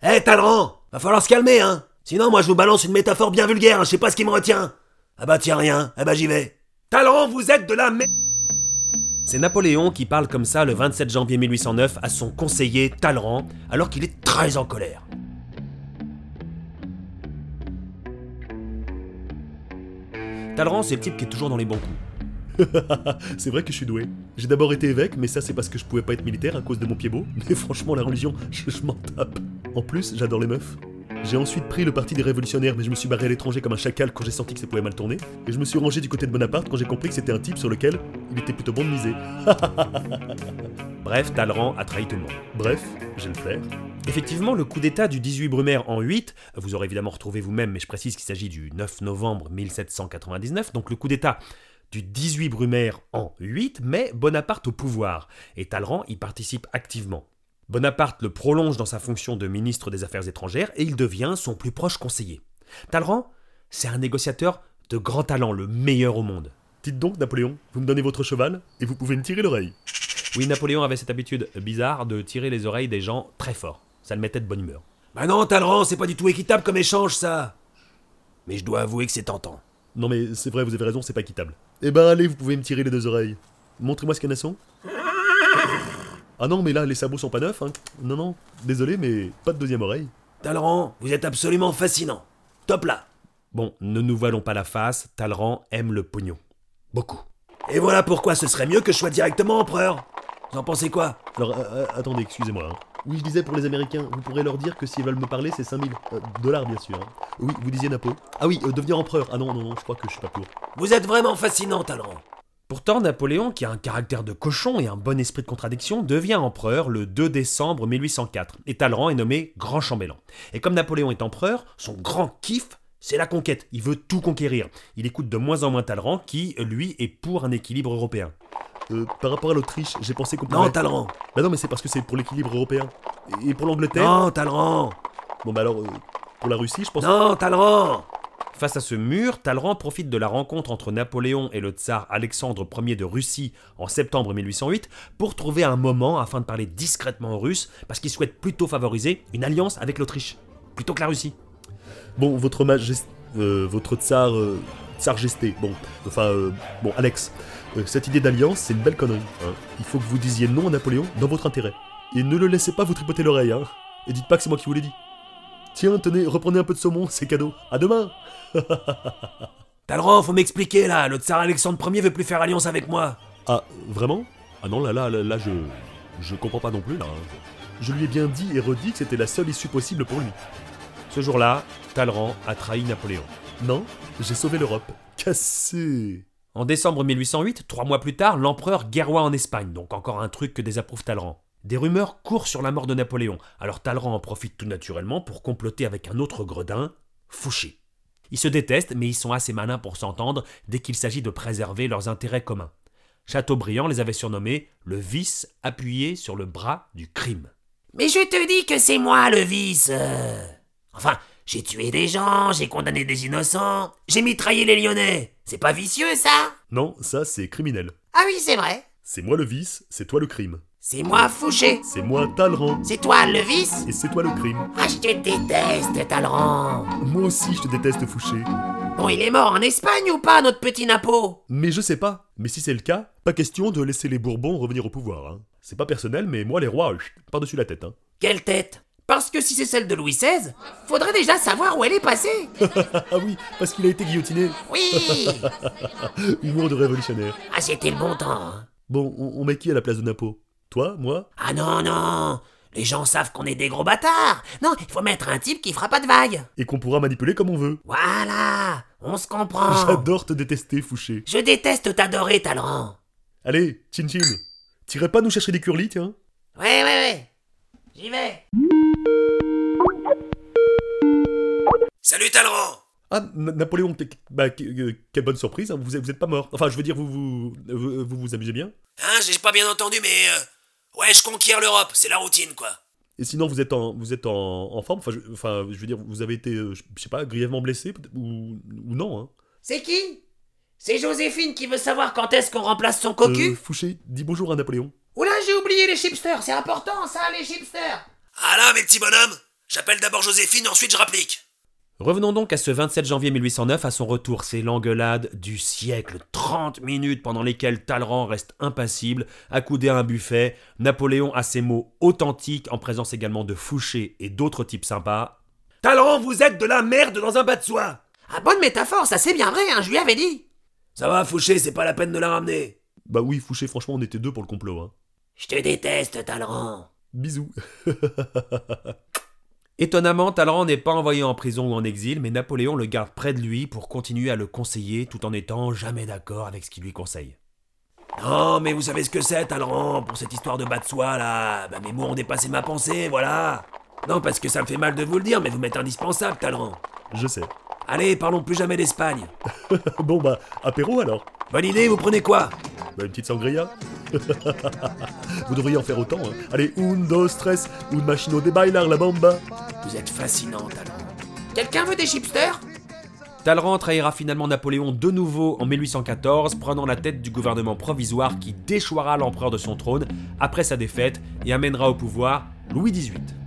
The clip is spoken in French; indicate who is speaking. Speaker 1: Talleyrand Eh, Va falloir se calmer, hein Sinon, moi, je vous balance une métaphore bien vulgaire, hein, je sais pas ce qui me retient. Ah bah tiens, rien, ah bah j'y vais. Talleyrand, vous êtes de la merde C'est Napoléon qui parle comme ça le 27 janvier 1809 à son conseiller Talleyrand, alors qu'il est très en colère. Talleyrand, c'est le type qui est toujours dans les bons coups.
Speaker 2: c'est vrai que je suis doué. J'ai d'abord été évêque, mais ça c'est parce que je pouvais pas être militaire à cause de mon pied beau. Mais franchement, la religion, je, je m'en tape. En plus, j'adore les meufs. J'ai ensuite pris le parti des révolutionnaires, mais je me suis barré à l'étranger comme un chacal quand j'ai senti que ça pouvait mal tourner. Et je me suis rangé du côté de Bonaparte quand j'ai compris que c'était un type sur lequel il était plutôt bon de miser.
Speaker 1: Bref, Talleyrand a trahi tout le monde.
Speaker 2: Bref, j'ai le flair.
Speaker 1: Effectivement, le coup d'État du 18 Brumaire en 8, vous aurez évidemment retrouvé vous-même, mais je précise qu'il s'agit du 9 novembre 1799, donc le coup d'État du 18 Brumaire en 8 met Bonaparte au pouvoir, et Talleyrand y participe activement. Bonaparte le prolonge dans sa fonction de ministre des Affaires étrangères et il devient son plus proche conseiller. Talleyrand, c'est un négociateur de grand talent, le meilleur au monde.
Speaker 2: Dites donc, Napoléon, vous me donnez votre cheval et vous pouvez me tirer l'oreille.
Speaker 1: Oui, Napoléon avait cette habitude bizarre de tirer les oreilles des gens très fort. Ça le mettait de bonne humeur.
Speaker 3: Bah non, Talleyrand, c'est pas du tout équitable comme échange, ça Mais je dois avouer que c'est tentant.
Speaker 2: Non mais c'est vrai, vous avez raison, c'est pas équitable. Eh ben allez, vous pouvez me tirer les deux oreilles. Montrez-moi ce canasson. Ah non, mais là, les sabots sont pas neufs, hein. Non, non, désolé, mais pas de deuxième oreille.
Speaker 3: Talleyrand, vous êtes absolument fascinant. Top là
Speaker 1: Bon, ne nous voilons pas la face, Talleyrand aime le pognon. Beaucoup.
Speaker 3: Et voilà pourquoi ce serait mieux que je sois directement empereur. Vous en pensez quoi
Speaker 2: Alors, euh, euh, attendez, excusez-moi. hein. Oui, je disais pour les Américains, vous pourrez leur dire que s'ils veulent me parler, c'est 5000 euh, dollars, bien sûr. hein. Oui, vous disiez Napo. Ah oui, euh, devenir empereur. Ah non, non, non, je crois que je suis pas pour.
Speaker 3: Vous êtes vraiment fascinant, Talleyrand.
Speaker 1: Pourtant, Napoléon, qui a un caractère de cochon et un bon esprit de contradiction, devient empereur le 2 décembre 1804, et Talleyrand est nommé grand chambellan. Et comme Napoléon est empereur, son grand kiff, c'est la conquête. Il veut tout conquérir. Il écoute de moins en moins Talleyrand, qui, lui, est pour un équilibre européen.
Speaker 2: Euh, par rapport à l'Autriche, j'ai pensé qu'on
Speaker 3: Non,
Speaker 2: pouvait-
Speaker 3: Talleyrand.
Speaker 2: Bah non, mais c'est parce que c'est pour l'équilibre européen. Et pour l'Angleterre
Speaker 3: Non, Talleyrand.
Speaker 2: Bon bah alors, euh, pour la Russie, je pense...
Speaker 3: Non, Talleyrand.
Speaker 1: Face à ce mur, Talleyrand profite de la rencontre entre Napoléon et le tsar Alexandre Ier de Russie en septembre 1808 pour trouver un moment afin de parler discrètement aux Russes parce qu'il souhaite plutôt favoriser une alliance avec l'Autriche plutôt que la Russie.
Speaker 2: Bon, votre majesté... votre tsar... euh, tsar gesté. Bon, enfin... euh, bon, Alex. euh, cette idée d'alliance, c'est une belle connerie. hein. Il faut que vous disiez non à Napoléon dans votre intérêt. Et ne le laissez pas vous tripoter l'oreille, hein. Et dites pas que c'est moi qui vous l'ai dit. Tiens, tenez, reprenez un peu de saumon, c'est cadeau. À demain
Speaker 3: Talleyrand, faut m'expliquer là. Le tsar Alexandre Ier veut plus faire alliance avec moi.
Speaker 2: Ah, vraiment Ah non, là, là, là, là, je... Je comprends pas non plus, là. hein. Je lui ai bien dit et redit que c'était la seule issue possible pour lui.
Speaker 1: Ce jour-là, Talleyrand a trahi Napoléon.
Speaker 2: Non, j'ai sauvé l'Europe. Cassé
Speaker 1: En décembre 1808, trois mois plus tard, l'empereur guerroie en Espagne, donc encore un truc que désapprouve Talleyrand. Des rumeurs courent sur la mort de Napoléon, alors Talleyrand en profite tout naturellement pour comploter avec un autre gredin, Fouché. Ils se détestent, mais ils sont assez malins pour s'entendre dès qu'il s'agit de préserver leurs intérêts communs. Chateaubriand les avait surnommés le vice appuyé sur le bras du crime.
Speaker 3: Mais je te dis que c'est moi le vice. euh. Enfin, j'ai tué des gens, j'ai condamné des innocents, j'ai mitraillé les Lyonnais. C'est pas vicieux ça
Speaker 2: Non, ça, c'est criminel.
Speaker 3: Ah oui, c'est vrai.
Speaker 2: C'est moi le vice, c'est toi le crime.
Speaker 3: C'est moi Fouché.
Speaker 2: C'est moi Talleyrand,
Speaker 3: C'est toi le vice
Speaker 2: et c'est toi le crime.
Speaker 3: Ah, je te déteste, Talleyrand.
Speaker 2: Moi aussi, je te déteste, Fouché.
Speaker 3: Bon, il est mort en Espagne ou pas, notre petit Napo
Speaker 2: Mais je sais pas. Mais si c'est le cas, pas question de laisser les Bourbons revenir au pouvoir. hein. C'est pas personnel, mais moi, les rois, euh, chut, par-dessus la tête. Hein.
Speaker 3: Quelle tête Parce que si c'est celle de Louis XVI, faudrait déjà savoir où elle est passée.
Speaker 2: ah oui, parce qu'il a été guillotiné.
Speaker 3: Oui
Speaker 2: Humour de révolutionnaire.
Speaker 3: Ah, c'était le bon temps. hein.
Speaker 2: Bon, on, on met qui à la place de Napo Toi Moi
Speaker 3: Ah non, non Les gens savent qu'on est des gros bâtards. Non, il faut mettre un type qui fera pas de vagues.
Speaker 2: Et qu'on pourra manipuler comme on veut.
Speaker 3: Voilà On se
Speaker 1: Ah.
Speaker 3: comprend.
Speaker 2: J'adore te détester, Fouché.
Speaker 3: Je déteste t'adorer, Talleyrand.
Speaker 2: Allez, chin chin. T'irais pas nous chercher des curlis, tiens
Speaker 3: Ouais, ouais, ouais. J'y vais.
Speaker 1: Salut Talleyrand
Speaker 2: Ah, Na- Napoléon, t'es- bah, que- euh, quelle bonne surprise, hein, vous, êtes- vous êtes pas mort. Enfin, je veux dire, vous vous, vous, vous vous amusez bien.
Speaker 3: Hein, j'ai pas bien entendu, mais... euh, Ouais, je conquiers l'Europe, c'est la routine, quoi.
Speaker 2: Et sinon, vous êtes en, vous êtes en, en forme, enfin je, enfin, je veux dire, vous avez été, euh, je je sais pas, grièvement blessé, peut-être, ou, ou non. Hein.
Speaker 3: C'est qui C'est Joséphine qui veut savoir quand est-ce qu'on remplace son
Speaker 2: Euh, Fouché, dis bonjour à Napoléon.
Speaker 3: Oula, j'ai oublié les chipsters, c'est important ça, les chipsters Ah là, mes petits bonhommes J'appelle d'abord Joséphine, ensuite je rapplique.
Speaker 1: Revenons donc à ce 27 janvier 1809, à son retour, c'est l'engueulade du siècle. 30 minutes pendant lesquelles Talleyrand reste impassible, accoudé à un buffet. Napoléon a ses mots authentiques, en présence également de Fouché et d'autres types sympas.
Speaker 3: Talleyrand, vous êtes de la merde dans un bas de soie Ah, bonne métaphore, ça c'est bien vrai, hein, je lui avais dit Ça va, Fouché, c'est pas la peine de la ramener
Speaker 2: Bah oui, Fouché, franchement, on était deux pour le complot, hein.
Speaker 3: Je te déteste, Talleyrand
Speaker 2: Bisous.
Speaker 1: Étonnamment, Talleyrand n'est pas envoyé en prison ou en exil, mais Napoléon le garde près de lui pour continuer à le conseiller tout en étant jamais d'accord avec ce qu'il lui conseille.
Speaker 3: Non, mais vous savez ce que c'est, Talleyrand, pour cette histoire de bas de soie, là Bah, mes mots ont dépassé ma pensée, voilà Non, parce que ça me fait mal de vous le dire, mais vous m'êtes indispensable, Talleyrand
Speaker 2: Je sais.
Speaker 3: Allez, parlons plus jamais d'Espagne
Speaker 2: Bon bah, apéro alors
Speaker 3: Bonne idée, vous prenez quoi
Speaker 2: Bah, une petite sangria Vous devriez en faire autant, hein. Allez, un, dos, tres, un machino de bailar la bamba
Speaker 3: Vous êtes fascinant, Talleyrand Quelqu'un veut des chipsters
Speaker 1: Talleyrand trahira finalement Napoléon de nouveau en 1814, prenant la tête du gouvernement provisoire qui déchoira l'empereur de son trône après sa défaite et amènera au pouvoir Louis XVIII.